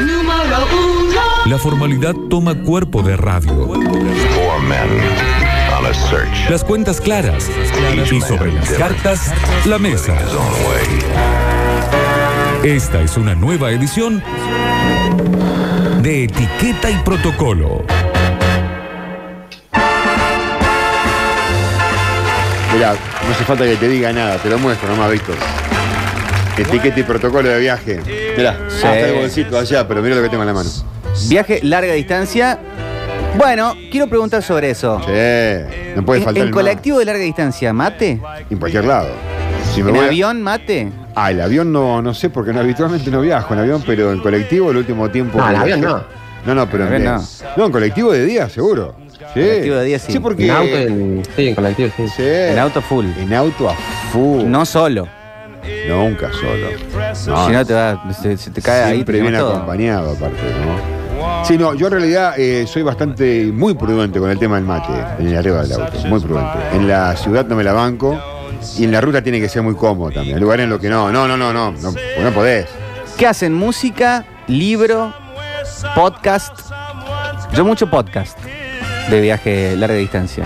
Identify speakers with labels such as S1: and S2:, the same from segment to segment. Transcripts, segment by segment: S1: número uno.
S2: La formalidad toma cuerpo de radio.
S3: Four men on a search.
S2: Las cuentas claras. Y sobre las cartas, la mesa.
S3: His own way.
S2: Esta es una nueva edición de Etiqueta y Protocolo.
S4: Mira, no hace falta que te diga nada, te lo muestro nomás, Víctor. Etiqueta y protocolo de viaje. Mira, está el bolsito allá, pero mira lo que tengo en la mano.
S5: Viaje larga distancia. Bueno, quiero preguntar sobre eso.
S4: Che, no puede
S5: ¿En-
S4: faltar.
S5: ¿En
S4: el
S5: colectivo de larga distancia, mate?
S4: mate. En cualquier lado. Si me
S5: ¿En
S4: voy a-
S5: avión, mate?
S4: Ah, el avión no, no sé, porque no- habitualmente no viajo en avión, pero en colectivo el último tiempo.
S6: No, en avión no.
S4: No, no, pero en,
S5: En avión
S4: no. en colectivo de día, seguro. Sí.
S5: Colectivo de día, sí.
S4: Sí, porque.
S6: En auto, en, sí, en colectivo, sí.
S4: Sí. Uh.
S5: En auto full.
S4: En auto a full.
S5: No solo.
S4: Nunca solo.
S5: si no, te, va, se, se te cae
S4: Siempre
S5: ahí. te
S4: bien
S5: quema todo.
S4: acompañado, aparte, ¿no? Sí, no, yo en realidad eh, soy bastante, muy prudente con el tema del mate, en el arriba del auto, muy prudente. En la ciudad no me la banco y en la ruta tiene que ser muy cómodo también. El lugar en lo que no, no, no, no, no, no, no podés.
S5: ¿Qué hacen? ¿Música? ¿Libro? ¿Podcast? Yo mucho podcast de viaje larga distancia.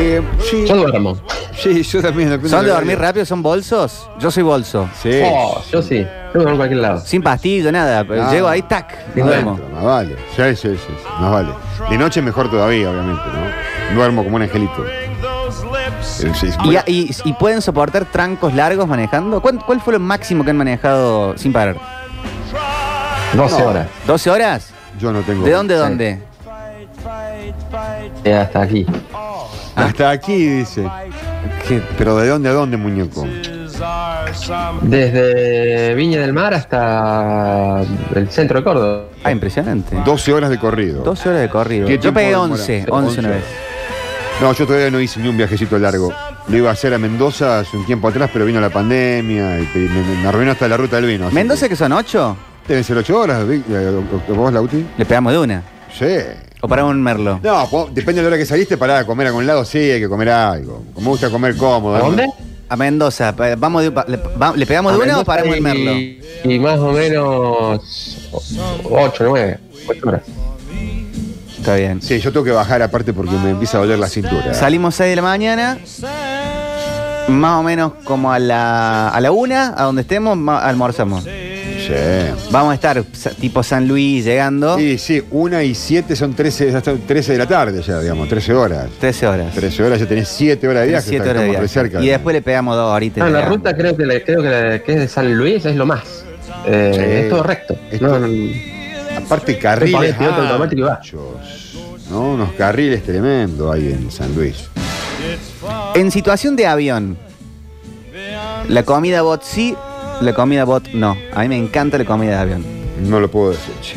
S4: Eh, sí,
S6: Yo duermo.
S4: sí, yo también. depende
S5: ¿Son de
S4: la
S5: dormir
S4: realidad.
S5: rápido? ¿Son bolsos? Yo soy bolso.
S4: Sí.
S6: Oh, yo sí. Yo duermo en cualquier lado.
S5: Sin pastillo, nada. pero
S4: Ah.
S5: Llego ahí, tac.
S4: Más
S5: Y duermo.
S4: adentro, más vale. Sí, sí, sí, sí, más vale. De noche mejor todavía, obviamente, ¿no? Duermo como un angelito. Pero sí,
S5: ¿Y, y- y pueden soportar trancos largos manejando? ¿Cuán- ¿Cuál, fue lo máximo que han manejado sin parar?
S6: 12 horas.
S5: ¿12 horas?
S4: Yo no tengo.
S5: ¿De dónde, dónde?
S6: Eh, hasta aquí.
S4: Hasta aquí, dice.
S5: ¿Qué?
S4: Pero ¿de dónde a dónde, muñeco?
S6: Desde Viña del Mar hasta el centro de Córdoba.
S5: Ah, impresionante.
S4: 12 horas de corrido.
S5: 12 horas de corrido.
S4: ¿Qué
S5: Yo
S4: tiempo
S5: pegué
S4: demora?
S5: 11,
S4: Sí,
S5: 11 una
S4: 11.
S5: vez.
S4: No, yo todavía no hice ni un viajecito largo. Lo iba a hacer a Mendoza hace un tiempo atrás, pero vino la pandemia y te- me, me- me arruinó hasta la ruta del vino. así
S5: ¿Mendoza
S4: que
S5: que son 8?
S4: deben ser 8 horas, Vic- eh, ¿vos, Lauti?
S5: Le pegamos de una.
S4: Sí.
S5: ¿O para un merlo?
S4: No, vos- depende de la hora que saliste, pará, a comer a algún lado, sí, hay que comer algo. Como me gusta comer cómodo.
S6: ¿A
S4: ¿no?
S6: dónde?
S5: A Mendoza. pa- Vamos de- pa- le, va- ¿le pegamos de
S6: A
S5: una
S6: Mendoza
S5: o paramos
S6: y-
S5: el merlo?
S6: Y más o menos 8, 9, 8 horas.
S5: Está bien.
S4: Sí, yo tengo que bajar aparte porque me empieza a doler la cintura.
S5: Salimos 6 de la mañana. Más o menos como a la, a la una, a donde estemos, ma- almorzamos.
S4: Sí.
S5: Vamos a estar sa- tipo San Luis llegando.
S4: Sí, sí, 1 y 7 son 13, hasta 13 de la tarde ya, digamos, 13 horas.
S5: 13 horas.
S4: 13 horas, ya tenés 7 horas de viaje.
S5: Siete
S4: está-
S5: horas de
S4: estamos
S5: viaje.
S4: re cerca.
S5: Y después le pegamos dos horitas. y
S6: Ah, la
S5: llegamos.
S6: ruta creo que, la, creo que, la, que es de San Luis es lo más. Eh,
S4: Sí.
S6: Es todo recto.
S4: Es
S6: No,
S4: todo-
S6: no-
S4: Aparte, carriles.
S6: Te pones piloto automático y va.
S4: muchos, ¿no? Unos carriles tremendos ahí en San Luis.
S5: En situación de avión, la comida bot sí, la comida bot no. A mí me encanta la comida de avión.
S4: No lo puedo decir, che.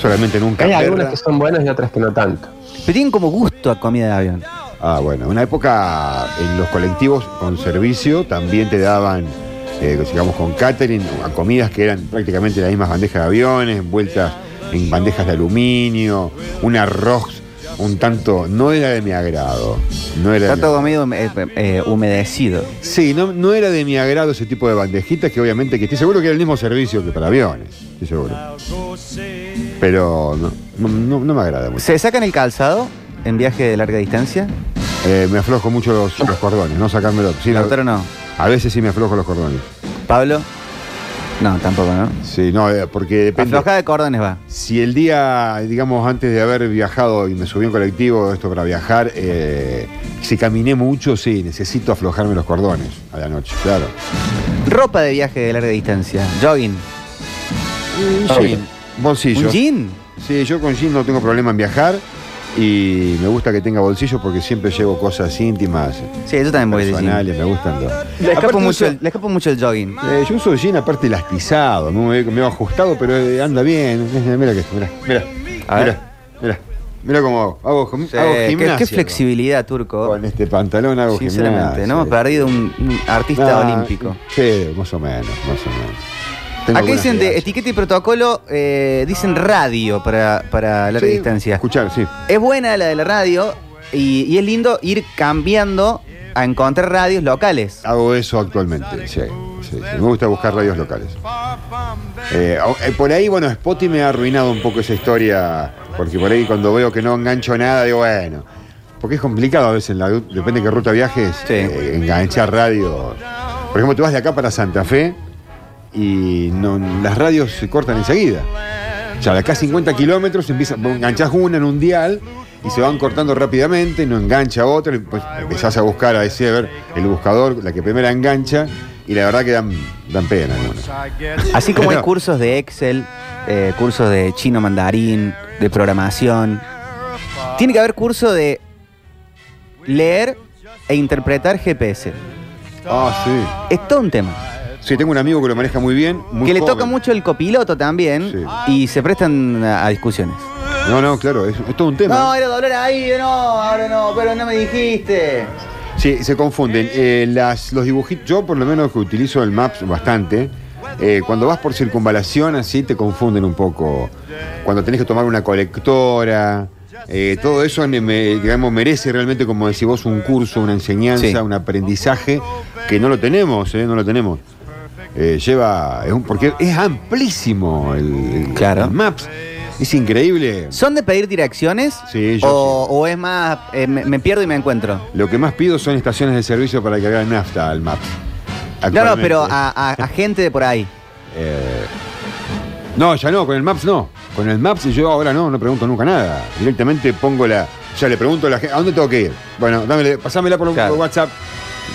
S4: Solamente nunca.
S6: Hay algunas que son buenas y otras que no tanto.
S5: Pero tienen como gusto a comida de avión.
S4: Ah, bueno, una época en los colectivos con servicio también te daban, eh, digamos, con catering, a comidas que eran prácticamente las mismas bandejas de aviones, envueltas en bandejas de aluminio, un arroz un tanto, no era de mi agrado. No era de
S5: Está
S4: mi
S5: todo comido eh, eh, humedecido.
S4: Sí, no, no era de mi agrado ese tipo de bandejitas, que obviamente que estoy seguro que era el mismo servicio que para aviones, estoy seguro. Pero no, no, no- no me agrada mucho.
S5: ¿Se sacan el calzado en viaje de larga distancia?
S4: Eh, me aflojo mucho los, los cordones, no sacármelo. Sí, la-
S5: Lautaro no.
S4: a veces sí me aflojo los cordones.
S5: ¿Pablo? No, tampoco, ¿no?
S4: Sí, no, eh, porque depende.
S5: Aflojada de cordones va.
S4: Si el día, digamos, antes de haber viajado y me subí en colectivo, esto para viajar, eh, si caminé mucho, sí, necesito aflojarme los cordones a la noche, claro.
S5: Ropa de viaje de larga distancia. Jogging.
S4: Sí, bolsillo.
S5: ¿Un jean?
S4: Sí, yo con jean no tengo problema en viajar y me gusta que tenga bolsillo porque siempre llevo cosas íntimas,
S5: Sí, yo también voy de jean.
S4: personales, me gustan. los-
S5: Le
S4: Aparte
S5: escapo, mucho
S4: uso-
S5: el, le escapo mucho el jogging.
S4: eh, yo uso jean aparte elastizado, ¿no? medio, medio ajustado, pero eh, anda bien. Mira que mira, mira,
S5: A ver.
S4: mira, mira, mira cómo hago, hago, gim-
S5: Sí,
S4: hago
S5: qué-
S4: gimnasia.
S5: qué, flexibilidad, Turco.
S4: Con este pantalón hago
S5: Sinceramente,
S4: gimnasia.
S5: no hemos perdido un, un artista
S4: Ah,
S5: olímpico.
S4: Sí, más o menos, más o menos. Tengo
S5: Acá
S4: algunas
S5: dicen de
S4: ideas. Ah.
S5: etiqueta y protocolo, eh, dicen radio para, para larga
S4: Sí,
S5: distancia.
S4: Escuchar, sí.
S5: Es buena la de la radio y, y es lindo ir cambiando a encontrar radios locales.
S4: Hago eso actualmente, sí. sí, sí. Me gusta buscar radios locales. Eh, au- eh, por ahí, bueno, Spotify me ha arruinado un poco esa historia, porque por ahí cuando veo que no engancho nada, digo, bueno, porque es complicado a veces, en la- depende de qué ruta viajes,
S5: Sí.
S4: eh, enganchar radio. Por ejemplo, tú vas de acá para Santa Fe y no- las radios se cortan enseguida. O sea, de acá a 50 kilómetros empieza, vos enganchás una en un dial y se van cortando rápidamente, no engancha otra, y pues empezás a buscar a ese, a ver, el buscador, la que primera engancha, y la verdad que dan, dan pena algunas.
S5: Así como hay
S4: Bueno.
S5: cursos de Excel, eh, cursos de chino mandarín, de programación. Tiene que haber curso de leer e interpretar GPS.
S4: Ah, sí.
S5: Es todo un tema.
S4: Sí, tengo un amigo que lo maneja muy bien. muy
S5: que le
S4: joven.
S5: toca mucho el copiloto también
S4: Sí.
S5: y se prestan a, a discusiones.
S4: No, no, claro, es, es todo un tema.
S5: era dolor ahí, no, ahora no, pero no me dijiste.
S4: Sí, se confunden. Eh, las, los dibujitos, yo por lo menos que utilizo el Maps bastante, eh, cuando vas por circunvalación así te confunden un poco. Cuando tenés que tomar una colectora, eh, todo eso ne- me- digamos, merece realmente, como decís vos, un curso, una enseñanza,
S5: Sí.
S4: un aprendizaje, que no lo tenemos, eh, no lo tenemos. Eh, lleva, es un- porque es amplísimo el, el-
S5: Claro.
S4: el Maps. Es increíble.
S5: ¿Son de pedir direcciones?
S4: Sí, yo
S5: o, o es más, eh, me, me pierdo y me encuentro?
S4: Lo que más pido son estaciones de servicio para que hagan nafta al Maps.
S5: No, no,
S4: Actualmente.
S5: pero a, a- a gente de por ahí.
S4: Eh, no, ya no, con el Maps no. Con el Maps yo ahora no, no pregunto nunca nada. Directamente pongo la. Ya le pregunto a la gente, ¿a dónde tengo que ir? Bueno, dámele, pasámela por
S5: Claro.
S4: WhatsApp.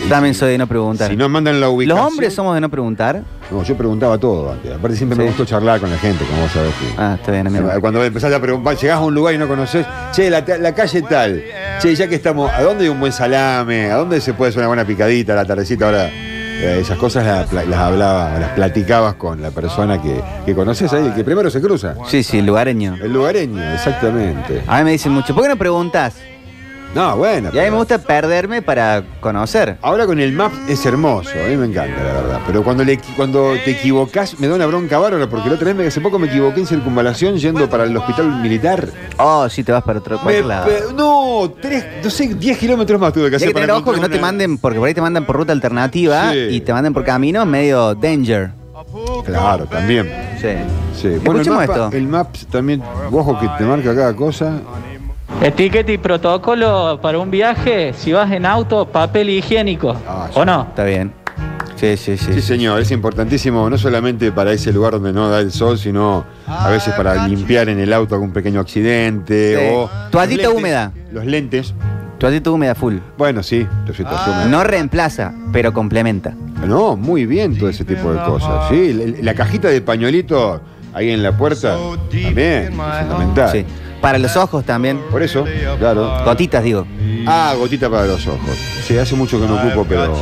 S5: También soy de no preguntar.
S4: Si no mandan la ubicación.
S5: Los hombres somos de no preguntar.
S4: No, yo preguntaba todo antes. Aparte siempre me
S5: Sí.
S4: gustó charlar con la gente, como vos sabés. que-
S5: Ah, está bien, amigo.
S4: Cuando empezás a preguntar, llegás a un lugar y no conoces, che, la, ta- la calle tal, che, ya que estamos, ¿a dónde hay un buen salame? ¿A dónde se puede hacer una buena picadita a la tardecita? Ahora, eh, esas cosas la- pla- las, hablabas, las platicabas con la persona que, que conoces ahí, el que primero se cruza.
S5: Sí, sí, lugareño.
S4: El lugareño, exactamente.
S5: A mí me dicen mucho, ¿por qué no preguntas?
S4: No, bueno.
S5: Y a mí me
S4: pero-
S5: gusta perderme para conocer.
S4: Ahora con el map es hermoso, a mí me encanta, la verdad. Pero cuando, le, cuando te equivocás, me da una bronca bárbara, porque la otra vez me- hace poco me equivoqué en circunvalación yendo para el hospital militar.
S5: Oh, sí, te vas para otro
S4: Me-
S5: cualquier lado.
S4: pe- no, tres, no sé, 10 kilómetros más tuve que
S5: Y hay
S4: hacer
S5: que tener ojo que no
S4: encontrar
S5: te
S4: una-
S5: manden, porque por ahí te mandan por ruta alternativa
S4: Sí.
S5: y te mandan por caminos medio danger.
S4: Claro, también.
S5: Sí.
S4: Sí. el
S5: Escuchemos
S4: mapa,
S5: esto.
S4: El Maps también, ojo que te marca cada cosa.
S1: Etiqueta y protocolo para un viaje, si vas en auto, papel higiénico.
S4: Ah, sí.
S1: ¿O no?
S5: Está bien. Sí, sí, sí.
S4: Sí, señor, es importantísimo, no solamente para ese lugar donde no da el sol, sino a veces para limpiar en el auto algún pequeño accidente
S5: Sí.
S4: o...
S5: Toallita
S4: los lentes-
S5: húmeda.
S4: Los lentes.
S5: Tu actitud húmeda full.
S4: Bueno, sí, la situación
S5: Ah. No reemplaza, pero complementa.
S4: No, muy bien todo ese tipo de cosas. Sí, la, la cajita de pañuelito ahí en la puerta también es fundamental.
S5: Sí. Para los ojos también.
S4: Por eso, claro.
S5: Gotitas, digo.
S4: Ah, gotita para los ojos. Sí, hace mucho que no ocupo, pero.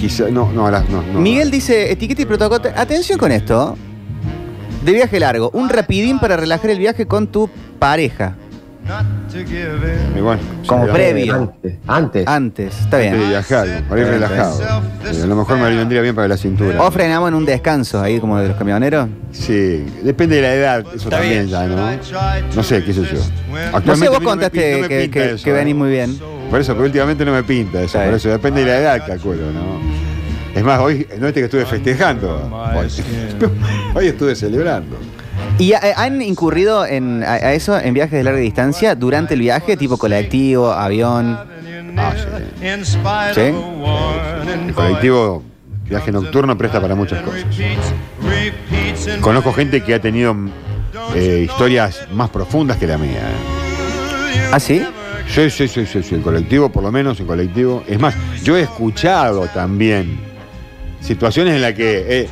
S4: Quizá. No, no, ahora no. no.
S5: Miguel dice, etiqueta y protocolo. Atención con esto. De viaje largo, un rapidín para relajar el viaje con tu pareja.
S4: Y bueno,
S5: Como
S4: sí,
S5: previo. Ah,
S6: Antes, antes.
S5: Antes, está
S4: Antes de
S5: bien.
S4: viajar, para ir relajado. Eh, A lo mejor me vendría bien para la cintura.
S5: O frenamos en un descanso ahí como de los camioneros.
S4: Sí, depende de la edad, eso también ya, ¿no? No sé, qué sé yo. Ah,
S5: No sé,
S4: Actualmente a
S5: vos
S4: mí no me pin-
S5: contaste
S4: no me
S5: que,
S4: pinta
S5: que-
S4: eso,
S5: que
S4: ¿eh?
S5: venís muy bien.
S4: Por eso, pero últimamente no me pinta eso,
S5: Está
S4: por
S5: bien.
S4: eso depende de la edad, calculo, ¿no? Es más, hoy, no este que estuve festejando, hoy, hoy estuve celebrando.
S5: ¿Y eh, han incurrido en, a, a eso en viajes de larga distancia durante el viaje, tipo colectivo, avión?
S4: Ah, sí.
S5: ¿Sí?
S4: El colectivo viaje nocturno presta para muchas cosas. Conozco gente que ha tenido eh, historias más profundas que la mía. ¿eh?
S5: ¿Ah, sí?
S4: Sí, sí, sí, sí, sí, el colectivo, por lo menos el colectivo. Es más, yo he escuchado también situaciones en las que eh,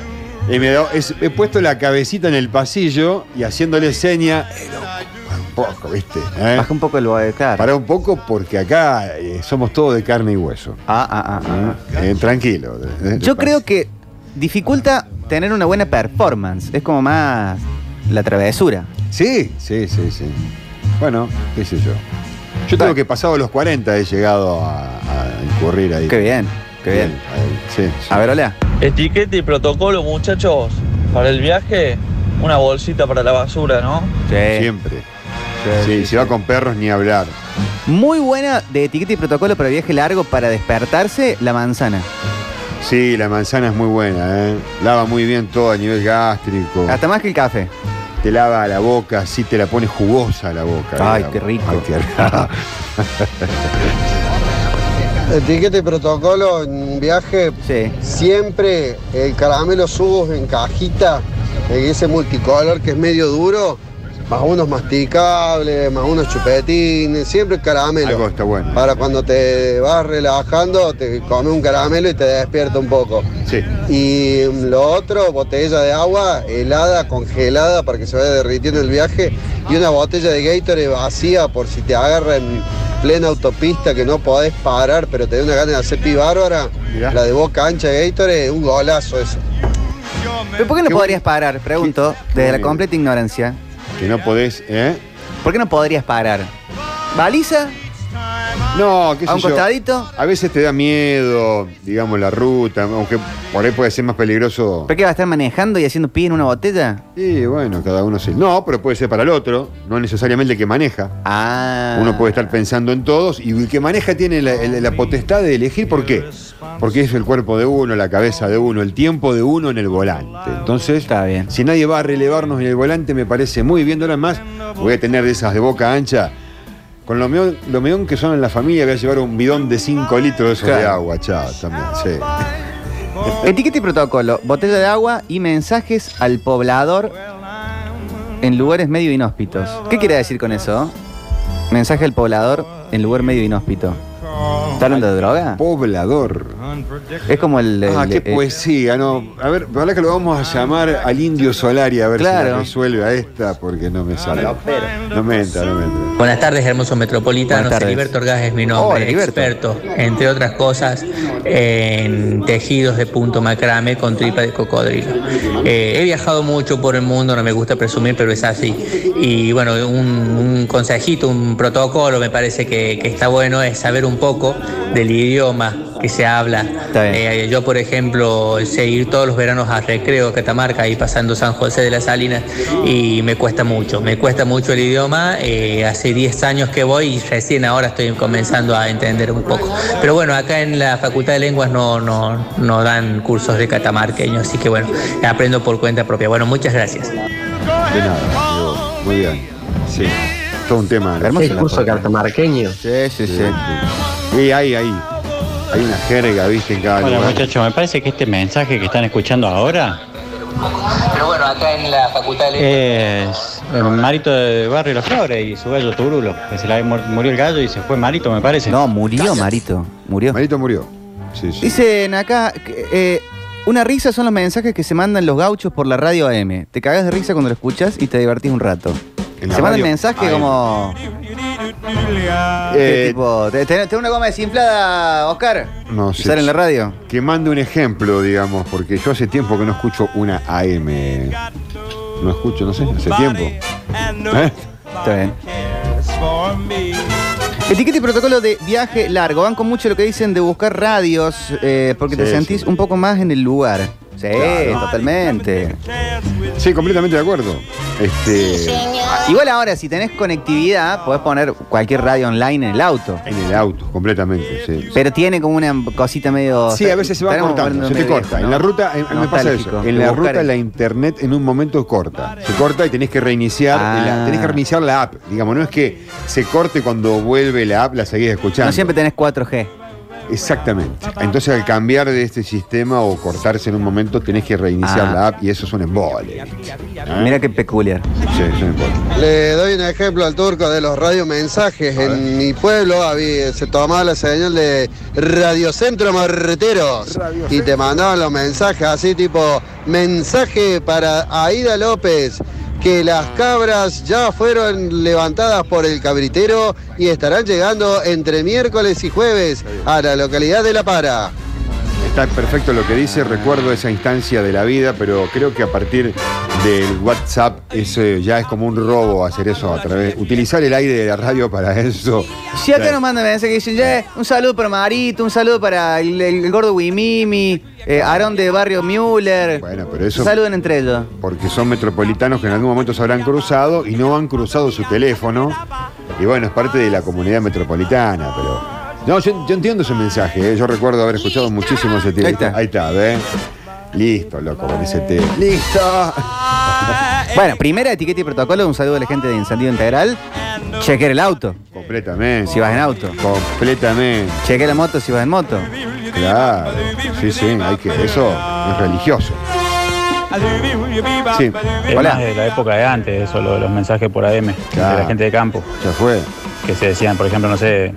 S4: eh, me he, dado- es- he puesto la cabecita en el pasillo y haciéndole seña. eh, loco, un poco, ¿viste? ¿Eh?
S5: Baja un poco el bo- claro.
S4: Pará un poco porque acá eh, somos todos de carne y hueso.
S5: Ah, ah, ah, ah.
S4: ¿eh? Eh, tranquilo. eh,
S5: Yo
S4: pa-
S5: creo que dificulta tener una buena performance. Es como más la travesura.
S4: Sí, sí, sí, sí. Bueno, qué sé yo. Yo
S5: Bueno.
S4: tengo que pasado los 40 he llegado a, a incurrir ahí.
S5: Qué bien, qué bien.
S4: Ahí, Sí, sí.
S5: A ver, hola.
S7: Etiqueta y protocolo, muchachos. Para el viaje, una bolsita para la basura, ¿no?
S5: Sí.
S4: Siempre. Sí, si va con perros ni hablar.
S5: Muy buena de etiqueta y protocolo para viaje largo para despertarse, la manzana.
S4: Sí, la manzana es muy buena, ¿eh? Lava muy bien todo a nivel gástrico.
S5: Hasta más que el café.
S4: Te lava la boca, así te la pone jugosa la boca. ¿eh?
S5: Ay,
S4: la-
S5: qué rico.
S4: Ay, qué rico.
S8: Etiqueta y protocolo en un viaje.
S5: Sí.
S8: Siempre el caramelo subos en cajita, en ese multicolor que es medio duro, más unos masticables, más unos chupetines, siempre el caramelo.
S4: Algo está bueno.
S8: Para cuando te vas relajando, te comes un caramelo y te despierta un poco.
S4: Sí.
S8: Y lo otro, botella de agua helada, congelada, para que se vaya derritiendo el viaje. Y una botella de Gatorade vacía por si te agarra en plena autopista que no podés parar, pero te da una gana de hacer pi bárbara.
S4: Mirá.
S8: La de boca ancha de Gatorade, un golazo eso.
S5: ¿Pero por qué no
S4: Qué
S5: podrías parar? Pregunto,
S4: qué- qué
S5: desde la
S4: bonito.
S5: completa ignorancia.
S4: Que no podés, ¿eh?
S5: ¿Por qué no podrías parar? ¿Baliza?
S4: No, qué sé
S5: ¿A un
S4: yo.
S5: costadito?
S4: A veces te da miedo, digamos, la ruta, aunque por ahí puede ser más peligroso.
S5: ¿Pero qué va a estar manejando y haciendo pie en una botella?
S4: Y bueno, cada uno se. No, pero puede ser para el otro, no necesariamente el que maneja.
S5: Ah.
S4: Uno puede estar pensando en todos y el que maneja tiene la, el- la potestad de elegir por qué. Porque es el cuerpo de uno, la cabeza de uno, el tiempo de uno en el volante. Entonces,
S5: Está bien.
S4: si nadie va a relevarnos en el volante, me parece muy bien. Ahora más, voy a tener de esas de boca ancha. Con lo meón, lo meón que son en la familia, voy a llevar un bidón de 5 litros de, esos de
S5: Claro.
S4: agua, chao, también. Sí.
S5: Etiqueta y protocolo, botella de agua y mensajes al poblador en lugares medio inhóspitos. ¿Qué quiere decir con eso? Mensaje al poblador en lugar medio inhóspito. ¿Está hablando de droga?
S4: Poblador.
S5: Es como el...
S4: Ah,
S5: el-
S4: qué
S5: el-
S4: poesía, ¿no? A ver, ahora que lo vamos a llamar al indio Solari a ver si
S5: Claro.
S4: la resuelve a esta, porque no me sale. No me entra, no me entra.
S9: Buenas tardes, hermosos metropolitanos.
S5: Buenas tardes.
S9: Heriberto Orgaz es mi
S5: Hola,
S9: nombre,
S5: Heriberto.
S9: experto, entre otras cosas, en tejidos de punto macrame con tripa de cocodrilo. Eh, he viajado mucho por el mundo, no me gusta presumir, pero es así. Y bueno, un, un consejito, un protocolo, me parece que, que está bueno, es saber un poco del idioma que se habla.
S5: Está bien.
S9: Eh, yo, por ejemplo, sé ir todos los veranos a Recreo, a Catamarca, ahí pasando San José de las Salinas, y me cuesta mucho, me cuesta mucho el idioma. eh, hace 10 años que voy y recién ahora estoy comenzando a entender un poco. Pero bueno, acá en la Facultad de Lenguas no, no, no dan cursos de catamarqueño, así que bueno, aprendo por cuenta propia. Bueno, muchas gracias.
S4: De nada. digo, Muy bien. Sí. Todo un tema. ¿no?
S5: Hermoso.
S6: El curso cartamarqueño.
S5: Sí, sí, sí.
S4: Y hay, hay. Hay una jerga, viste, en cada
S10: Hola
S4: lugar.
S10: muchachos, me parece que este mensaje que están escuchando ahora
S9: Pero bueno, acá en la Facultad de
S10: es el Marito de Barrio Las Flores y su gallo Turulo, que se le había muer- murió el gallo y se fue Marito, me parece.
S5: No, murió, Marito. Murió.
S4: Marito murió. Sí, sí.
S5: Dicen acá, que, eh, una risa son los mensajes que se mandan los gauchos por la radio AM. Te cagás de risa cuando lo escuchas y te divertís un rato.
S4: En la
S5: Se mandan
S4: radio
S5: mensajes
S4: AM.
S5: como...
S4: Eh,
S5: tipo, ¿te- te- tenés una goma desinflada, Oscar?
S4: no
S5: ¿Y
S4: sé.
S5: ¿Sale en la radio?
S4: Que mande un ejemplo, digamos, porque yo hace tiempo que no escucho una AM. No escucho, no sé, hace tiempo. ¿Eh?
S5: Está bien. Etiqueta y protocolo de viaje largo. Van con mucho lo que dicen de buscar radios eh, porque te
S4: Sí,
S5: sentís
S4: sí.
S5: un poco más en el lugar. Sí,
S4: Claro.
S5: totalmente.
S4: Sí, completamente de acuerdo. Este,
S5: Igual ahora, si tenés conectividad, podés poner cualquier radio online en el auto.
S4: en el auto, completamente. Sí,
S5: Pero tiene como una cosita medio.
S4: Sí, a veces se va
S5: Estaremos
S4: cortando,
S5: volviendo
S4: se te
S5: medio
S4: corta.
S5: viejo,
S4: En
S5: ¿no?
S4: la ruta, a mí me pasa
S5: Nostálgico.
S4: eso. En la
S5: Buscar
S4: ruta
S5: el-
S4: la internet en un momento corta. Se corta y tenés que reiniciar,
S5: Ah.
S4: la- tenés que reiniciar la app. Digamos, no es que se corte cuando vuelve la app, la seguís escuchando.
S5: No siempre tenés 4G.
S4: ¿Eh? Exactamente. Entonces al cambiar de este sistema o cortarse en un momento tenés que reiniciar
S5: Ah.
S4: la app y eso es un embole.
S5: Mira qué peculiar.
S4: Sí, es un embole.
S8: Le doy un ejemplo al turco de los radiomensajes. En mi pueblo había- se tomaba la señal de Radiocentro Marreteros y te mandaban los mensajes así tipo mensaje para Aida López que las cabras ya fueron levantadas por el cabritero y estarán llegando entre miércoles y jueves a la localidad de La Para.
S4: Está perfecto lo que dice, recuerdo esa instancia de la vida, pero creo que a partir del WhatsApp eso ya es como un robo hacer eso a través. Utilizar el aire de la radio para eso.
S5: Si acá
S4: Ya-
S5: nos mandan mensajes que dicen, "Che, un saludo para Marito, un saludo para el, el gordo Wimimi, eh, Aarón de Barrio Müller.
S4: Bueno, pero eso-
S5: Saluden entre ellos.
S4: Porque son metropolitanos que en algún momento se habrán cruzado y no han cruzado su teléfono Y bueno, es parte de la comunidad metropolitana, pero. No, yo, yo entiendo ese mensaje, ¿eh? yo recuerdo haber escuchado muchísimo ese tema. Ahí está, ahí está, ¿ves? Listo, loco, con ese tema. ¡Listo!
S5: Bueno, primera etiqueta y protocolo, un saludo a la gente de Incendio Integral. Chequear el auto.
S4: Completamente.
S5: Si vas en auto.
S4: Completamente.
S5: Chequear la moto si vas en moto.
S4: Claro. Sí, sí, hay que. Eso es religioso. Sí.
S10: Es
S4: Hola.
S10: más de la época de antes, eso, lo de los mensajes por AM,
S4: Claro.
S10: de la gente de campo.
S4: Ya fue.
S10: Que se decían, por ejemplo, no sé,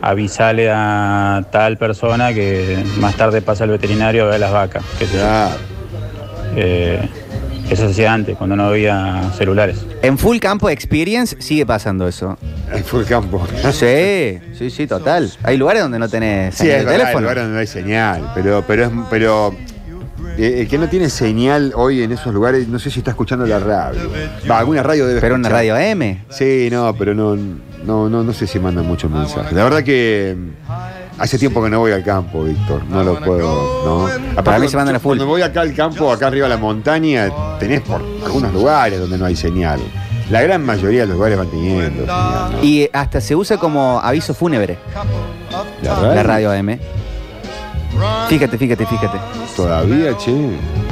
S10: avisale a tal persona que más tarde pasa el veterinario a ver las vacas. qué sé yo.
S4: Ah.
S10: Eh, eso se hacía antes, cuando no había celulares.
S5: En Full Campo Experience sigue pasando eso.
S4: En Full Campo.
S5: Sí, sí, sí, total. Hay lugares donde no tenés
S4: Sí,
S5: señal
S4: es
S5: de
S4: verdad,
S5: teléfono.
S4: ahora no hay señal, pero, pero es. Pero, eh, el que no tiene señal hoy en esos lugares, no sé si está escuchando la radio. Va, alguna radio debe
S5: Pero una
S4: escuchar.
S5: radio ¿eh? AM.
S4: Sí, no, pero no, no, no, no sé si mandan muchos mensajes. La verdad que mm, hace tiempo que no voy al campo, Víctor. No lo puedo, ¿no? Aparte,
S5: Para mí se
S4: cuando-
S5: mandan a full.
S4: Cuando voy acá al campo, acá arriba a la montaña, tenés por algunos lugares donde no hay señal. La gran mayoría de los lugares van teniendo señal. ¿no?
S5: Y hasta se usa como aviso fúnebre, la radio AM. Fíjate, fíjate, fíjate.
S4: Todavía, che.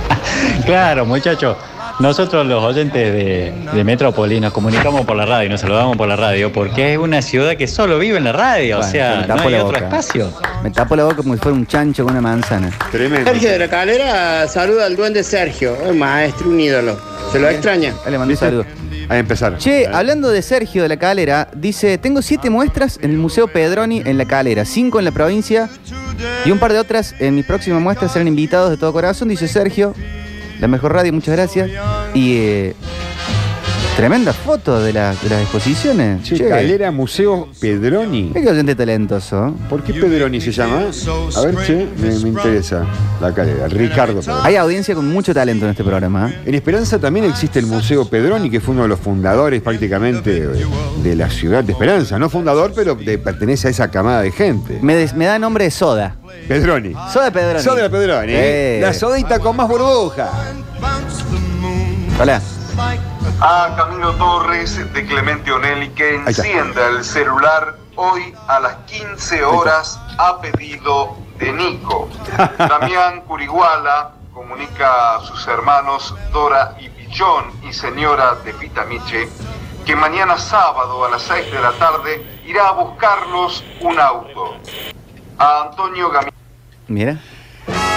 S10: Claro, muchachos. Nosotros los oyentes de, de Metrópolis nos comunicamos por la radio, nos saludamos por la radio, porque es una ciudad que solo vive en la radio, o
S5: Bueno,
S10: sea,
S5: me
S10: no
S5: tapo
S10: hay
S5: la
S10: otro
S5: boca.
S10: espacio.
S5: Me tapo la boca como si fuera un chancho con una manzana.
S4: Tremendo.
S11: Sergio de la Calera saluda al duende Sergio, un maestro, un ídolo. Se lo extraña.
S5: Ahí le mando un saludo.
S4: Ahí empezaron.
S5: Che, hablando de Sergio de la Calera, dice, tengo siete muestras en el Museo Pedroni en la Calera, cinco en la provincia y un par de otras en mi próxima muestra serán invitados de todo corazón, dice Sergio, la mejor radio, muchas gracias. Y eh, tremenda foto de, la- de las exposiciones.
S4: Che,
S5: Che,
S4: Calera Museo Pedroni.
S5: Mira qué oyente talentoso.
S4: ¿Por qué Pedroni se llama? A ver, che, me, me interesa. La calera. Ricardo Pedroni.
S5: Hay audiencia con mucho talento en este programa. ¿eh?
S4: En Esperanza también existe el Museo Pedroni, que fue uno de los fundadores prácticamente de- de la ciudad de Esperanza. No fundador, pero de- pertenece a esa camada de gente.
S5: Me, des- me da nombre de Soda.
S4: Pedroni.
S5: Soda Pedroni.
S4: Soda Pedroni.
S5: Eh.
S4: La sodita con más burbuja.
S5: Hola.
S12: A Camilo Torres de Clemente Onelli que
S4: Ahí está.
S12: encienda el celular hoy a las 15 horas a pedido de Nico. Damián Curiguala comunica a sus hermanos Dora y Pichón y señora de Pitamiche que mañana sábado a las 6 de la tarde irá a buscarlos un auto. A Antonio Gamil.
S5: Mira.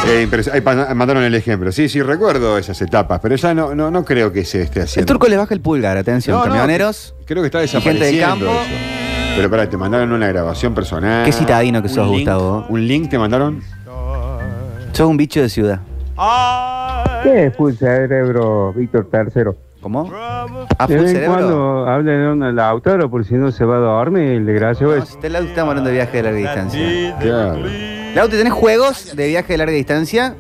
S4: Eh, impresa- ahí pa- mandaron el ejemplo. Sí, sí, recuerdo esas etapas, pero ya no, no, no creo que se esté
S5: El
S4: haciendo.
S5: turco les baja el pulgar, atención,
S4: No, no,
S5: camioneros.
S4: creo que está
S5: gente del
S4: desapareciendo
S5: campo.
S4: eso. Pero pará, te mandaron una grabación personal.
S5: Qué citadino que sos,
S4: Un link-
S5: Gustavo.
S4: Un link te mandaron.
S5: Sos un bicho de ciudad.
S13: ¿Qué es full cerebro, Víctor Tercero?
S5: ¿Cómo? ¿A
S13: de
S5: full
S13: vez en
S5: cerebro?
S13: cuando hablen al autor, por si no se va a dormir, el desgraciado es.
S5: Del auto estamos hablando de viaje de larga distancia.
S4: Claro.
S5: Del auto tenés juegos de viaje de larga distancia.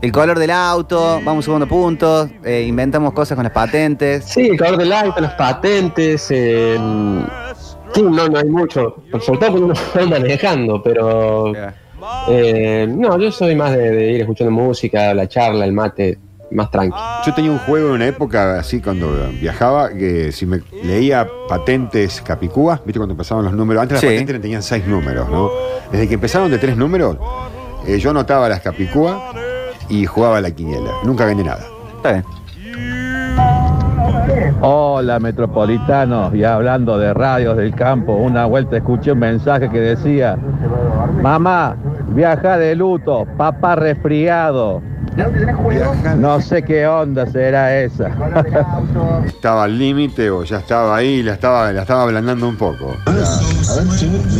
S5: El color del auto, vamos sumando puntos, eh, inventamos cosas con las patentes.
S6: Sí, el color del auto, las patentes. eh, sí, no, no hay mucho. Sobre todo cuando uno está manejando, pero. eh, no, yo soy más de, de ir escuchando música, la charla, el mate, más tranqui.
S4: Yo tenía un juego en una época así cuando viajaba que si me leía patentes capicúas, viste cuando empezaban los números, antes las
S5: Sí.
S4: patentes no tenían seis números, ¿no? Desde que empezaron de tres números, eh, yo anotaba las capicúas y jugaba la quiniela. Nunca gané nada.
S5: Está bien.
S14: Hola metropolitanos, y hablando de radios del campo, una vuelta escuché un mensaje que decía, mamá, viaja de luto, papá resfriado. No sé qué onda será esa.
S4: Estaba al límite o ya estaba ahí, la estaba, la estaba ablandando un poco.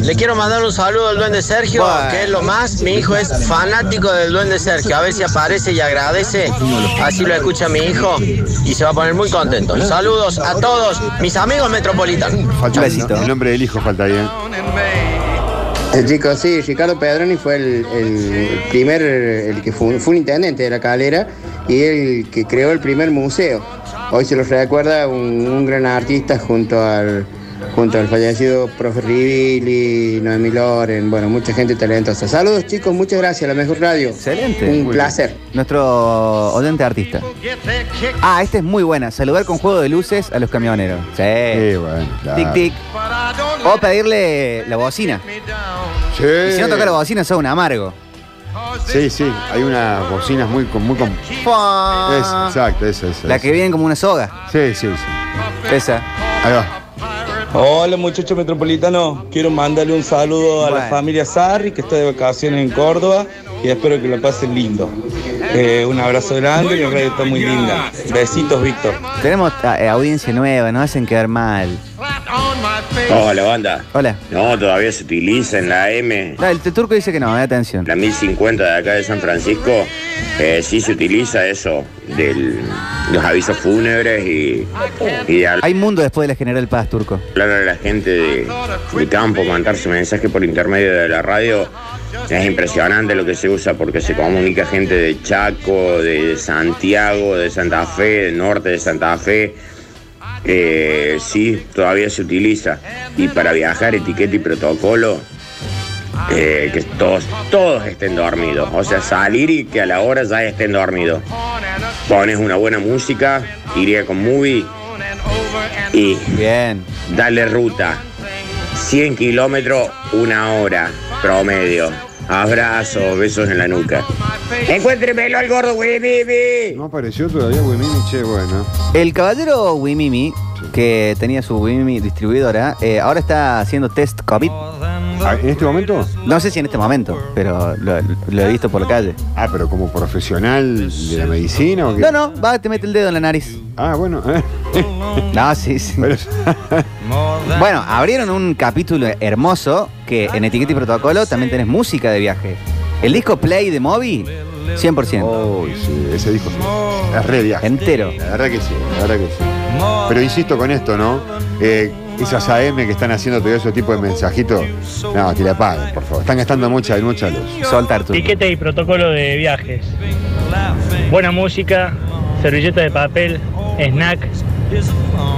S11: Le quiero mandar un saludo al duende Sergio, que es lo más. Mi hijo es fanático del duende Sergio. A ver si aparece y agradece. Así lo escucha mi hijo y se va a poner muy contento. Saludos a todos mis amigos metropolitanos.
S4: Falta el, el nombre del hijo faltaría.
S11: Eh, chicos, sí, Ricardo Pedroni fue el, el primer, el que fue, fue un intendente de la calera y el que creó el primer museo. Hoy se los recuerda un, un gran artista junto al, junto al fallecido profe Rivilli, Noemí Loren, bueno, mucha gente talentosa. Saludos chicos, muchas gracias, la mejor radio.
S5: Excelente.
S11: Un
S5: Muy bien.
S11: placer.
S5: Nuestro oyente artista. este Ah, esta es muy buena. Saludar con juego de luces a los camioneros. Sí.
S4: Eh, bueno, claro.
S5: Tic, tic. O pedirle la bocina.
S4: Sí.
S5: Y si no toca la bocina, sos un amargo.
S4: Sí, sí, hay unas bocinas muy. con- muy con- Es, exacto, esa, esa.
S5: La
S4: esa.
S5: que viene como una soga.
S4: Sí, sí, sí.
S5: Esa.
S4: Ahí va.
S15: Hola muchachos metropolitanos, quiero mandarle un saludo a la
S5: Bueno.
S15: familia Sarri que está de vacaciones en Córdoba y espero que lo pasen lindo. Eh, un abrazo grande y la radio está muy linda. Besitos Víctor.
S5: Tenemos eh, audiencia nueva, nos hacen quedar mal.
S16: Hola, banda.
S5: Hola.
S16: No, todavía se utiliza en la M.
S5: No, el turco dice que no, eh, atención.
S16: La 1050 de acá de San Francisco, eh, sí se utiliza eso, del, los avisos fúnebres y, y de
S5: Hay mundo después de la General Paz, turco.
S16: hablar a la gente de, de campo, mandar su mensaje por intermedio de la radio. Es impresionante lo que se usa porque se comunica gente de Chaco, de Santiago, de Santa Fe, del norte de Santa Fe. Eh, sí, todavía se utiliza. Y para viajar, etiqueta y protocolo, eh, que todos, todos estén dormidos. O sea, salir y que a la hora ya estén dormidos. Pones una buena música, iría con movie y
S5: Bien.
S16: dale ruta. 100 kilómetros, una hora promedio. Abrazo, besos en la nuca. Encuéntremelo al gordo, güey,
S4: No apareció todavía Wimini, che, bueno.
S5: El caballero Wimimi, que tenía su Wimimi distribuidora, eh, ahora está haciendo test COVID.
S4: ¿En este momento?
S5: No sé si en este momento, pero lo, lo he visto por la calle.
S4: Ah, pero como profesional de la medicina o qué?
S5: No, no, va, te mete el dedo en la nariz.
S4: Ah, bueno.
S5: no, sí, sí. bueno, abrieron un capítulo hermoso que en Etiqueta y Protocolo también tenés música de viaje. El disco Play de Moby, 100%.
S4: sí, ese disco es re viaje.
S5: Entero.
S4: La verdad que sí, la verdad que sí. Pero insisto con esto, ¿no? Eh, esas AM que están haciendo todo ese tipo de mensajitos, no, que la paguen, por favor. Están gastando mucha, mucha luz.
S5: Soltar tu.
S17: Etiqueta y protocolo de viajes. Buena música, servilleta de papel, snack,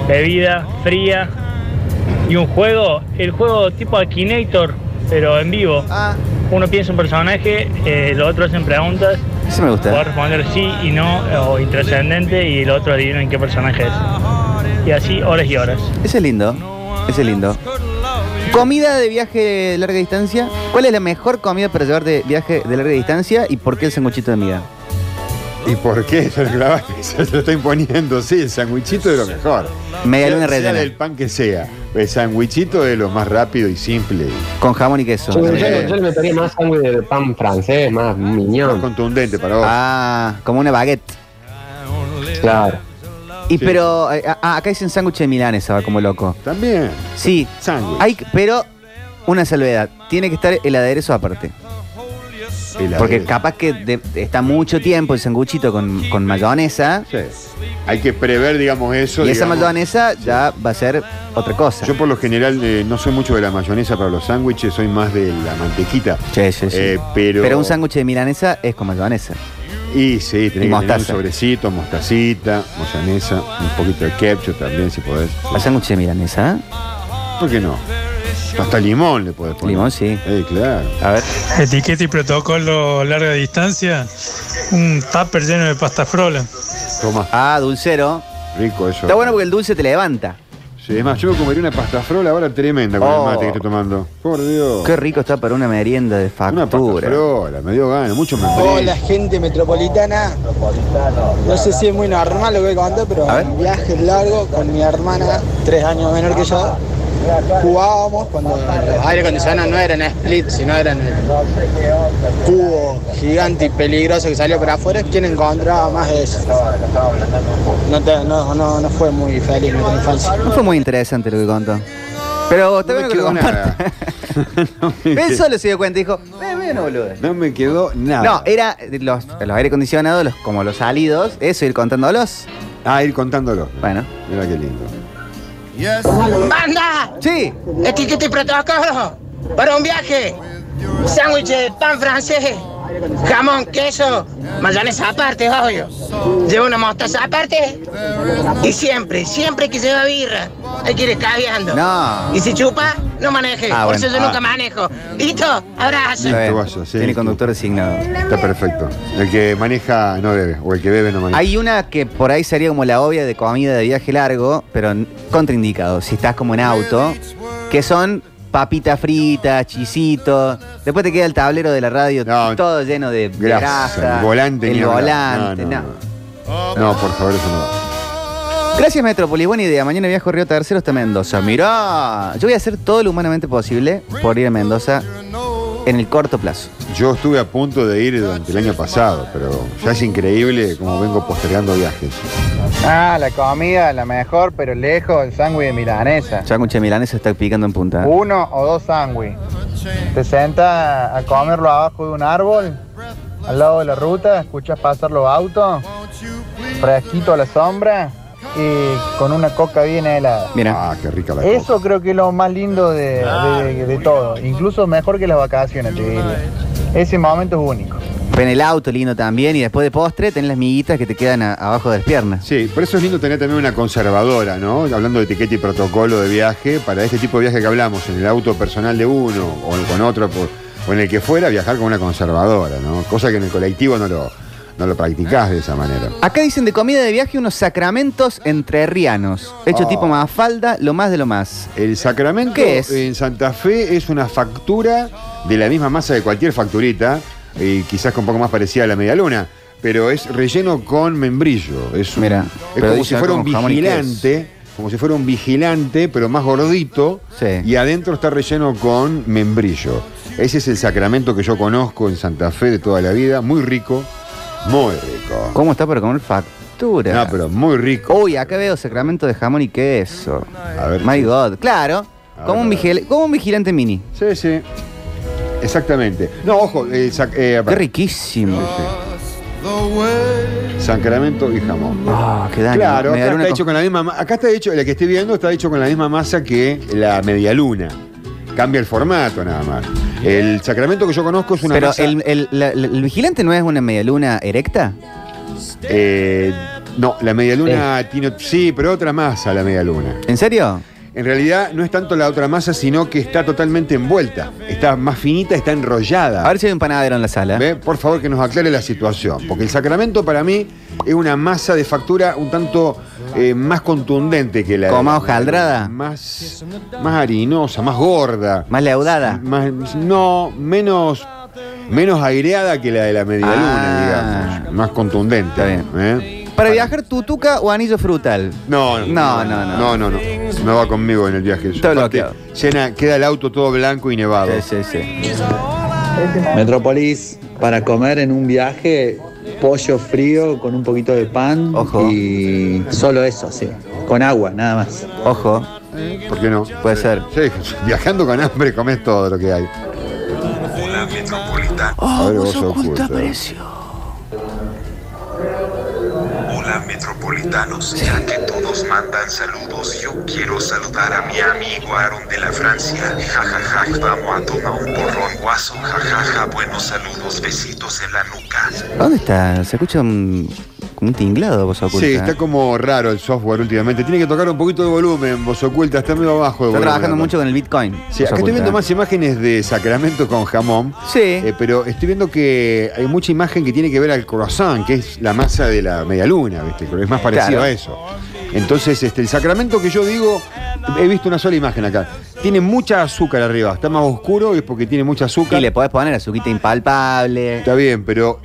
S17: bebida fría y un juego, el juego tipo Akinator, pero en vivo. Uno piensa un personaje, eh, los otros hacen preguntas.
S5: Ese me gusta.
S17: Puedes responder sí y no, o intrascendente, y el otro adivina en qué personaje es. Y así horas y horas.
S5: Ese es lindo. Ese es lindo. Comida de viaje de larga distancia. ¿Cuál es la mejor comida para llevar de viaje de larga distancia y por qué el sanguchito de miga?
S4: ¿Y por qué? Se lo clavaste, se lo está imponiendo, sí, el sandwichito de lo mejor.
S5: Media luna
S4: Sea- sea
S5: rellena.
S4: del pan que sea. El sandwichito es lo más rápido y simple.
S5: Con jamón y queso.
S6: Yo, yo- yo le metería más sándwich de pan francés, más miñón.
S4: contundente para vos.
S5: Ah, como una baguette.
S6: Claro.
S5: Y
S6: Sí.
S5: pero eh, ah, acá dicen sándwich de milanesa, va como loco.
S4: También.
S5: Sí.
S4: Sándwich.
S5: Hay, que- pero una salvedad. Tiene que estar el aderezo aparte.
S4: El
S5: Porque
S4: aderezo.
S5: capaz que de- está mucho tiempo el sanguchito con, con mayonesa.
S4: Hay que prever, digamos, eso.
S5: Y esa
S4: digamos.
S5: mayonesa ya va a ser otra cosa.
S4: Yo por lo general eh, no soy mucho de la mayonesa para los sándwiches, soy más de la mantequita.
S5: sí.
S4: Eh, pero,
S5: Pero, un sándwich de milanesa es con mayonesa.
S4: Y sí,
S5: y
S4: tenés que tener un
S5: mostaza.
S4: sobrecito, mostacita, mayonesa, un poquito de ketchup también, si podés.
S5: ¿Al sándwich de milanesa?
S4: ¿Por qué no? Hasta limón le podés poner.
S5: Limón, sí.
S4: Eh, claro.
S5: A ver.
S18: Etiqueta y protocolo larga distancia. Un tupper lleno de pasta frola.
S4: Toma.
S5: Ah, dulcero.
S4: Rico eso.
S5: Está bueno porque el dulce te levanta.
S4: Sí, es más, yo me comería una pasta frola ahora tremenda con
S5: Oh.
S4: el mate que estoy tomando. Por Dios.
S5: Qué rico está para una merienda de factura.
S4: Frola, me dio ganas, mucho me
S19: Hola gente metropolitana. No sé si es muy normal lo que voy a contar, pero
S5: A ver.
S19: en viajes largos con mi hermana, tres años menor que yo, jugábamos cuando los aire acondicionados no eran split, sino eran el cubo gigante y peligroso que salió para afuera, es quien encontraba más de eso. No, te- no, no, no fue muy feliz nuestra infancia.
S5: No fue muy interesante lo que contó. Pero está bueno que lo comparta. Él solo se dio cuenta, dijo, "Eh, bueno, boludo.
S4: No me quedó nada.
S5: No, era de los, los aire acondicionados, los, como los salidos, eso, ir contándolos.
S4: Ah, ir contándolos.
S5: Bueno.
S4: Mira qué lindo.
S20: ¡Banda!
S5: Sí.
S20: Etiqueta y protocolo para un viaje. Sándwich de pan francés, jamón, queso, mayonesa aparte, obvio. Lleva una mostaza aparte y siempre, siempre que se va birra, hay que ir escabeando.
S5: No.
S20: Y si chupa, no maneje.
S5: Ah,
S20: Por
S5: bueno,
S20: eso yo
S5: ah.
S20: nunca manejo. Listo, abrazo.
S4: Listo,
S5: Bien.
S4: vaya, sí,
S5: Tiene
S4: listo.
S5: conductor designado.
S4: Está perfecto. El que maneja no bebe, o el que bebe no maneja.
S5: Hay una que por ahí sería como la obvia de comida de viaje largo, pero n- contraindicado. Si estás como en auto, que son papitas fritas, chisitos. Después te queda el tablero de la radio todo lleno de grasa.
S4: Grasa, el volante, ni
S5: El
S4: hablar.
S5: volante,
S4: No, no,
S5: no.
S4: No, por favor, eso no va.
S5: Gracias, Metrópolis. Buena idea. Mañana viajo a Río Tercero hasta Mendoza. Mirá, yo voy a hacer todo lo humanamente posible por ir a Mendoza en el corto plazo.
S4: Yo estuve a punto de ir durante el año pasado, pero ya es increíble como vengo postergando viajes.
S19: Ah, la comida, la mejor, pero lejos, el sándwich de milanesa.
S5: Sándwich de milanesa está picando en punta.
S19: Uno o dos sándwiches. Te sentas a comerlo abajo de un árbol, al lado de la ruta, escuchas pasar los autos, fresquito a la sombra y con una coca bien helada.
S5: Mira.
S4: Ah, qué rica la
S19: Eso creo que es lo más lindo de, de- de todo, incluso mejor que las vacaciones, te diría. Ese momento es único.
S5: Ven el auto lindo también y después de postre tenés las miguitas que te quedan a- abajo de las piernas.
S4: Sí, por eso es lindo tener también una conservadora, ¿no? Hablando de etiqueta y protocolo de viaje, para este tipo de viaje que hablamos, en el auto personal de uno o con otro, por- o en el que fuera, viajar con una conservadora, ¿no? Cosa que en el colectivo no lo, no lo practicás de esa manera.
S5: Acá dicen de comida de viaje unos sacramentos entrerrianos. Hecho
S4: Ah.
S5: tipo más falda, lo más de lo más.
S4: El sacramento
S5: ¿Qué es?
S4: en Santa Fe es una factura de la misma masa de cualquier facturita, y quizás con un poco más parecida a la media luna, pero es relleno con membrillo. Es, un-
S5: Mira,
S4: es
S5: pero
S4: como
S5: dice
S4: si fuera
S5: acá
S4: un
S5: con jamón y queso.
S4: vigilante, como si fuera un vigilante, pero más gordito, y adentro está relleno con membrillo. Ese es el sacramento que yo conozco en Santa Fe de toda la vida, muy rico, muy rico.
S5: ¿Cómo está para comer factura?
S4: No, pero muy rico.
S5: Uy, acá veo sacramento de jamón y queso.
S4: A ver.
S5: My God. Claro.
S4: Ah,
S5: Como un, vigil- como un vigilante mini.
S4: Sí, sí. Exactamente. No, ojo, el sac- eh,
S5: Qué riquísimo.
S4: Sacramento y jamón.
S5: Ah, qué daño.
S4: Claro,
S5: Me
S4: acá
S5: daré una
S4: está
S5: con-
S4: hecho con la misma ma- Acá está hecho, la que estoy viendo está hecho con la misma masa que la medialuna. Cambia el formato nada más. El sacramento que yo conozco es una
S5: Pero
S4: masa.
S5: el, el- la- la- el vigilante no es una medialuna erecta.
S4: eh, no, la medialuna
S5: Eh.
S4: tiene. Sí, pero otra masa la medialuna.
S5: ¿En serio?
S4: En realidad no es tanto la otra masa, sino que está totalmente envuelta. Está más finita, está enrollada.
S5: A ver si hay un panadero en la sala.
S4: ¿Ve? Por favor, que nos aclare la situación. Porque el sacramento para mí es una masa de factura un tanto eh, más contundente que la.
S5: Como más
S4: la-
S5: hojaldrada.
S4: Más, más harinosa, más gorda.
S5: Más leudada.
S4: Más- no, menos, menos aireada que la de la media
S5: Ah.
S4: luna, digamos. Más contundente. ¿eh?
S5: Para viajar, tutuca o anillo frutal.
S4: No,
S5: No, no, no.
S4: No, no, no. No va conmigo en el viaje.
S5: Todo
S4: Aparte,
S5: bloqueado.
S4: Llena, queda el auto todo blanco y nevado.
S5: Sí, sí.
S21: Metrópolis, para comer en un viaje, pollo frío con un poquito de pan y solo eso, sí, con agua, nada más.
S5: Ojo.
S4: ¿Por qué no?
S5: Puede ser.
S4: Sí, viajando con hambre comes todo lo que hay. Ahora Ah, vos oculta.
S2: Hola metropolitanos, ya que todos mandan saludos, yo quiero saludar a mi amigo Aaron de la Francia. Ja ja ja, vamos a tomar un porrón guaso. Ja ja ja, buenos saludos, besitos en la nuca.
S5: ¿Dónde está? Se escucha un, un tinglado, vos oculta.
S4: Sí, está como raro el software últimamente. Tiene que tocar un poquito de volumen, voz oculta, está medio abajo. de
S5: Está
S4: volumen,
S5: trabajando
S4: acá.
S5: mucho con el Bitcoin.
S4: Sí, acá estoy viendo más imágenes de Sacramento con jamón.
S5: Sí.
S4: Eh, pero estoy viendo que hay mucha imagen que tiene que ver al croissant, que es la masa de la medialuna, ¿viste? Pero es más parecido
S5: Claro.
S4: a eso. Entonces, este, el Sacramento que yo digo, he visto una sola imagen acá. Tiene mucha azúcar arriba, está más oscuro y es porque tiene mucha azúcar.
S5: Y le podés poner azuquita impalpable.
S4: Está bien, pero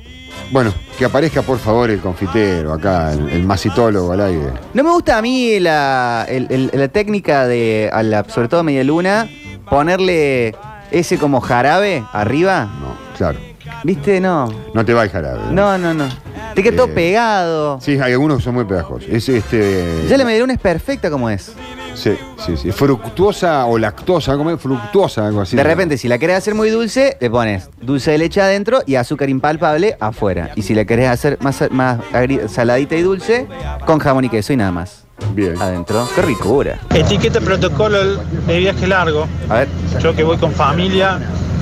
S4: bueno, que aparezca por favor el confitero acá, el, el masitólogo al aire.
S5: No me gusta a mí la, el- el- la técnica de, a la, sobre todo a media luna, ponerle ese como jarabe arriba.
S4: Claro,
S5: ¿Viste? No.
S4: no te va el jarabe.
S5: No, no, no. Te queda todo
S4: Eh,
S5: pegado.
S4: Sí, hay algunos que son muy pegajosos. Es este.
S5: Ya la media luna es perfecta como es.
S4: Sí, sí, sí. Fructuosa o lactosa, ¿cómo es? Fructuosa, algo así.
S5: de repente, si la querés hacer muy dulce, le pones dulce de leche adentro y azúcar impalpable afuera. Y si la querés hacer más, más agri- saladita y dulce, con jamón y queso y nada más.
S4: Bien.
S5: Adentro. Qué ricura.
S17: Etiqueta protocolo de viaje largo.
S5: A ver.
S17: Yo que voy con familia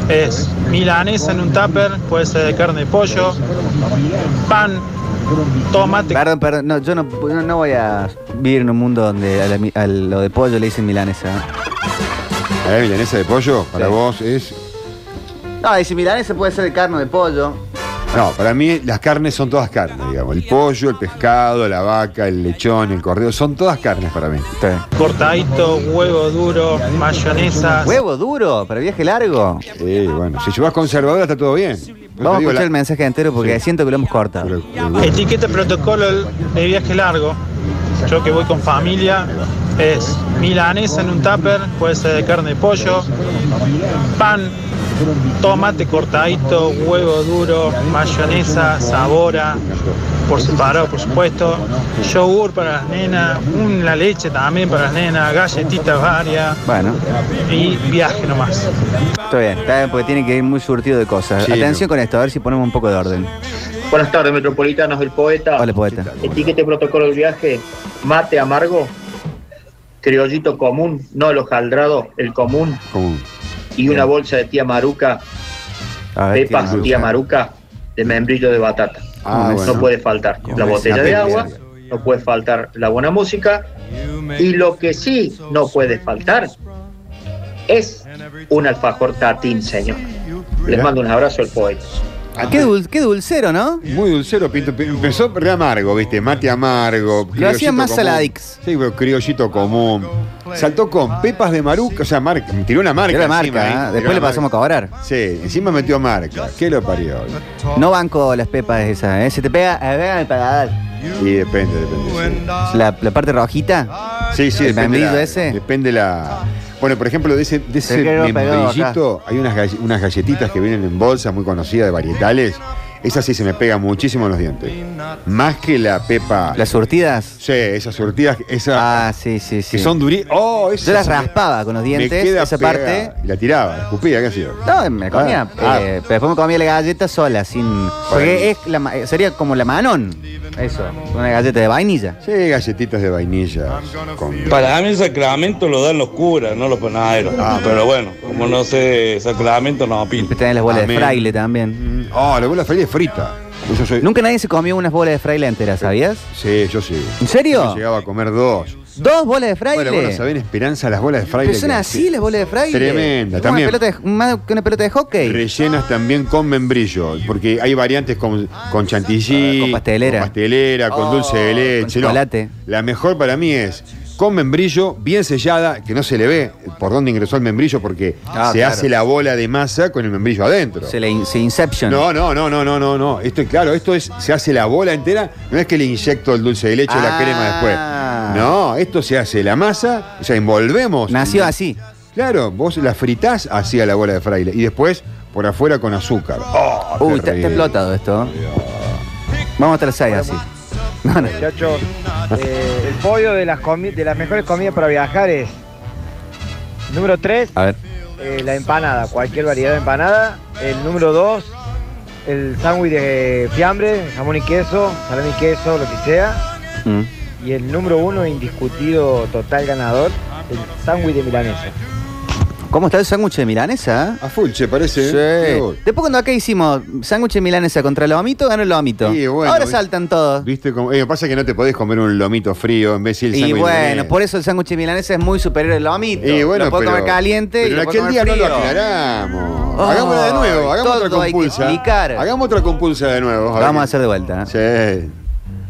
S17: es milanesa en un tupper, puede ser de carne de pollo, pan, tomate.
S5: Perdón, perdón, no, yo no, no- no voy a vivir en un mundo donde a, la mi- a lo de pollo le dicen milanesa.
S4: ¿Eh, milanesa de pollo? Para vos es.
S5: No, dice milanesa puede ser de carne o de pollo.
S4: No, para mí las carnes son todas carnes, digamos. El pollo, el pescado, la vaca, el lechón, el cordero, son todas carnes para mí.
S17: Cortadito, huevo duro, mayonesa.
S5: Huevo duro, para viaje largo.
S4: Sí, Eh, bueno. Si llevas conservadora está todo bien.
S5: Vamos a escuchar el
S4: la-
S5: mensaje entero porque siento que lo hemos cortado.
S17: Etiqueta protocolo de viaje largo. Yo que voy con familia es milanesa en un tupper, puede ser de carne de pollo, pan, tomate cortadito, huevo duro, mayonesa, sabora, por separado por supuesto, yogur para las nenas, una leche también para las nenas, galletitas varias
S5: Bueno,
S17: y viaje nomás.
S5: está bien, está bien porque tiene que ir muy surtido de cosas.
S17: Sí,
S5: Atención con esto, a ver si ponemos un poco de orden.
S7: Buenas tardes, Metropolitanos, el poeta.
S5: Hola, poeta.
S7: Etiquete protocolo del viaje, mate amargo, criollito común, no el hojaldrado, el común,
S4: Como-
S7: y una bolsa de tía maruca,
S4: A ver,
S7: pepas
S4: tía
S7: tía, maruca, de membrillo de batata.
S4: Ah,
S7: no
S4: bueno.
S7: puede faltar la
S4: Como
S7: botella
S4: decía
S7: de
S4: Pepe,
S7: agua, no puede faltar la buena música, y lo que sí no puede faltar es un alfajor tatín, señor. Les mando un abrazo al poeta.
S5: Ah, Qué, dul- qué dulcero, ¿no?
S4: Muy dulcero, Pinto. Pe- Empezó re amargo, ¿viste? Mate amargo. criollito
S5: hacían más
S4: común.
S5: saladix.
S4: Sí, pero criollito común. Saltó con pepas de maruca, o sea, marca. Tiró una marca.
S5: Tiró la marca,
S4: encima,
S5: ¿eh?
S4: ¿eh?
S5: Después
S4: Tiró
S5: le
S4: la
S5: pasamos
S4: marca.
S5: a cobrar.
S4: Sí, encima metió marca. ¿Qué lo parió?
S5: No banco las pepas esas, ¿eh? Se te pega, eh, pega en el paladar.
S4: Y depende, depende. sí.
S5: La, la parte rojita.
S4: Sí, sí,
S5: el
S4: depende.
S5: membrillo
S4: la-
S5: ese.
S4: Depende la. Bueno, por ejemplo, de ese, de ese
S5: Te quiero pegar
S4: membrillito hay unas, gall- unas galletitas que vienen en bolsas muy conocidas de varietales. Esas sí se me pegan muchísimo en los dientes. Más que la pepa.
S5: ¿Las surtidas?
S4: Sí, esas surtidas. Esas,
S5: ah, sí, sí, sí.
S4: Que son durísimas. Oh, esas
S5: Yo las
S4: se me-
S5: raspaba con los
S4: me
S5: dientes,
S4: queda
S5: esa
S4: pegada.
S5: parte.
S4: La tiraba, la escupía, ¿qué hacía?
S5: No, me comía.
S4: Ah,
S5: eh, pero después me comía la galleta sola, sin. Porque es la ma- eh, sería como la manón. Eso. Una galleta de vainilla.
S4: Sí, galletitas de vainilla.
S15: Para mí el sacramento lo dan los curas, no los panaderos. pero bueno, como no sé sacramento, no opino.
S5: Tenés las bolas de
S15: Amén.
S5: fraile también.
S4: Oh, la bola de fraile frita. Yo soy-
S5: Nunca nadie se comió unas bolas de fraile enteras, ¿sabías?
S4: Sí, yo sí.
S5: ¿En serio?
S4: Yo llegaba a comer dos.
S5: Dos bolas de fraile.
S4: Bueno, bueno, saben, Esperanza, las bolas de fraile.
S5: Pero son
S4: que-
S5: así las bolas de fraile.
S4: Tremenda,
S5: Es como
S4: también.
S5: Una pelota de, más que una pelota de hockey.
S4: Rellenas también con membrillo, porque hay variantes con, con chantilly, con pastelera, con, dulce de leche, no.
S5: Oh, chocolate.
S4: La mejor para mí es con membrillo, bien sellada, que no se le ve por dónde ingresó el membrillo, porque
S5: Ah,
S4: se
S5: claro.
S4: hace la bola de masa con el membrillo adentro.
S5: Se le in- se inception.
S4: No, no, no, no, no, no, no. Esto es claro, esto es, se hace la bola entera, no es que le inyecto el dulce de leche o la crema después.
S5: Ah.
S4: No, esto se hace la masa, o sea, envolvemos.
S5: Nació así.
S4: Claro, vos la fritás así a la bola de fraile y después por afuera con azúcar. Oh,
S5: Uy,
S4: qué
S5: está, está
S4: rico.
S5: explotado esto. Vamos a traer seis así. No, no.
S3: Muchachos, eh, el podio de las, comi- de las mejores comidas para viajar es. Número 3,
S5: A ver.
S3: la empanada, cualquier variedad de empanada. El número 2, el sándwich de fiambre, jamón y queso, salami y queso, lo que sea.
S5: Mm.
S3: Y el número 1, indiscutido total ganador, el sándwich de milanesa.
S5: ¿Cómo está el sándwich de milanesa?
S4: A full, che, parece. ¿eh?
S5: Sí.
S4: Mirá vos.
S5: Después cuando acá hicimos sándwich de milanesa contra el lomito, ganó el lomito.
S4: Sí, bueno,
S5: Ahora
S4: ¿viste?
S5: saltan todos.
S4: ¿Viste cómo? Eh, pasa que no te podés comer un lomito frío, imbécil.
S5: Y
S4: sándwich de
S5: bueno,
S4: milanesa.
S5: por eso el sándwich de milanesa es muy superior al lomito.
S4: Y bueno,
S5: lo puedo
S4: pero-
S5: comer caliente
S4: pero
S5: y lo
S4: en
S5: puedo
S4: aquel
S5: comer
S4: día no lo
S5: frío.
S4: aclaramos.
S5: Ay,
S4: hagamos de nuevo, hagamos otra
S5: todo hay que
S4: compulsa.
S5: explicar.
S4: Hagamos otra compulsa de nuevo.
S5: Lo vamos a hacer de vuelta. ¿eh?
S4: Sí.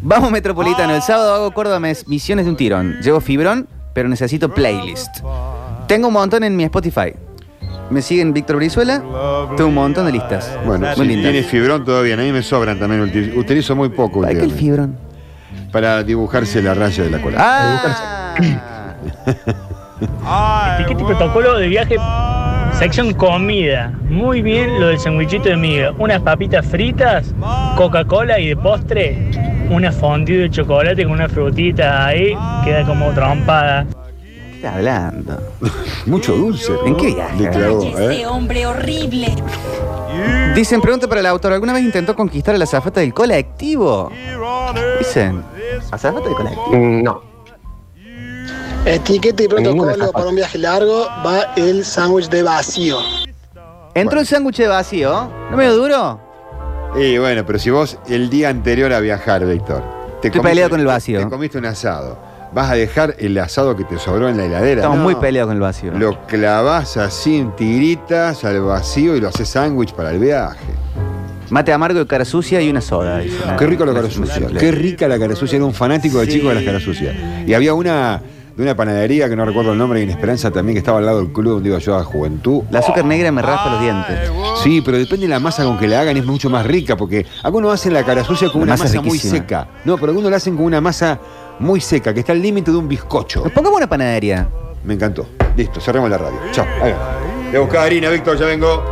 S5: Vamos Metropolitano, el sábado hago Córdoba mes- Misiones de un tirón. Llevo fibrón, pero necesito playlist. Tengo un montón en mi Spotify. Me siguen Víctor Brizuela. Tengo un montón de listas.
S4: Bueno,
S5: muy
S4: si
S5: lindas.
S4: tiene fibrón todavía, a mí me sobran también. ulti- Utilizo muy poco.
S5: ¿Para qué el
S4: últimamente.
S5: fibrón?
S4: Para dibujarse la raya de la cola.
S5: Ah.
S17: Etiquete y protocolo de viaje, sección comida. Muy bien lo del sandwichito de miga. Unas papitas fritas, Coca-Cola y de postre, una fondue de chocolate con una frutita ahí, queda como trompada.
S5: ¿Qué está hablando?
S4: Mucho dulce.
S5: ¿En qué viaje?
S4: ¿eh?
S22: hombre horrible.
S5: Dicen, pregunta para el autor, ¿alguna vez intentó conquistar a la azafata del colectivo? Dicen, ¿azafata del colectivo?
S6: Mm, No.
S19: Etiqueta y
S5: Ninguna
S19: protocolo
S5: zafata.
S19: para un viaje largo va el sándwich de vacío.
S5: Entró el sándwich de vacío, ¿no medio duro?
S4: Y bueno, pero si vos el día anterior a viajar, Víctor, te
S5: Estoy
S4: comiste-
S5: peleado con el vacío.
S4: Te comiste un asado. Vas a dejar el asado que te sobró en la heladera.
S5: Estamos
S4: No.
S5: muy peleados con el vacío.
S4: Lo clavas así en tiritas al vacío y lo haces sándwich para el viaje.
S5: Mate amargo y cara sucia y una soda. dice.
S4: Qué rico la cara sucia. Qué rica la cara sucia. Era un fanático de chico de las caras sucias. Y había una de una panadería que no recuerdo el nombre, en Esperanza también, que estaba al lado del club donde iba yo a Juventud.
S5: La azúcar negra me raspa los dientes.
S4: Sí, pero depende de la masa con que la hagan, es mucho más rica, porque algunos hacen la cara sucia con
S5: La
S4: una
S5: masa es
S4: masa muy
S5: riquísima.
S4: seca. No, pero algunos la hacen con una masa muy seca, que está al límite de un bizcocho.
S5: Pongamos una panadería.
S4: Me encantó. Listo, cerremos la radio. Chao. Ahí va. Voy a buscar harina, Víctor, ya vengo.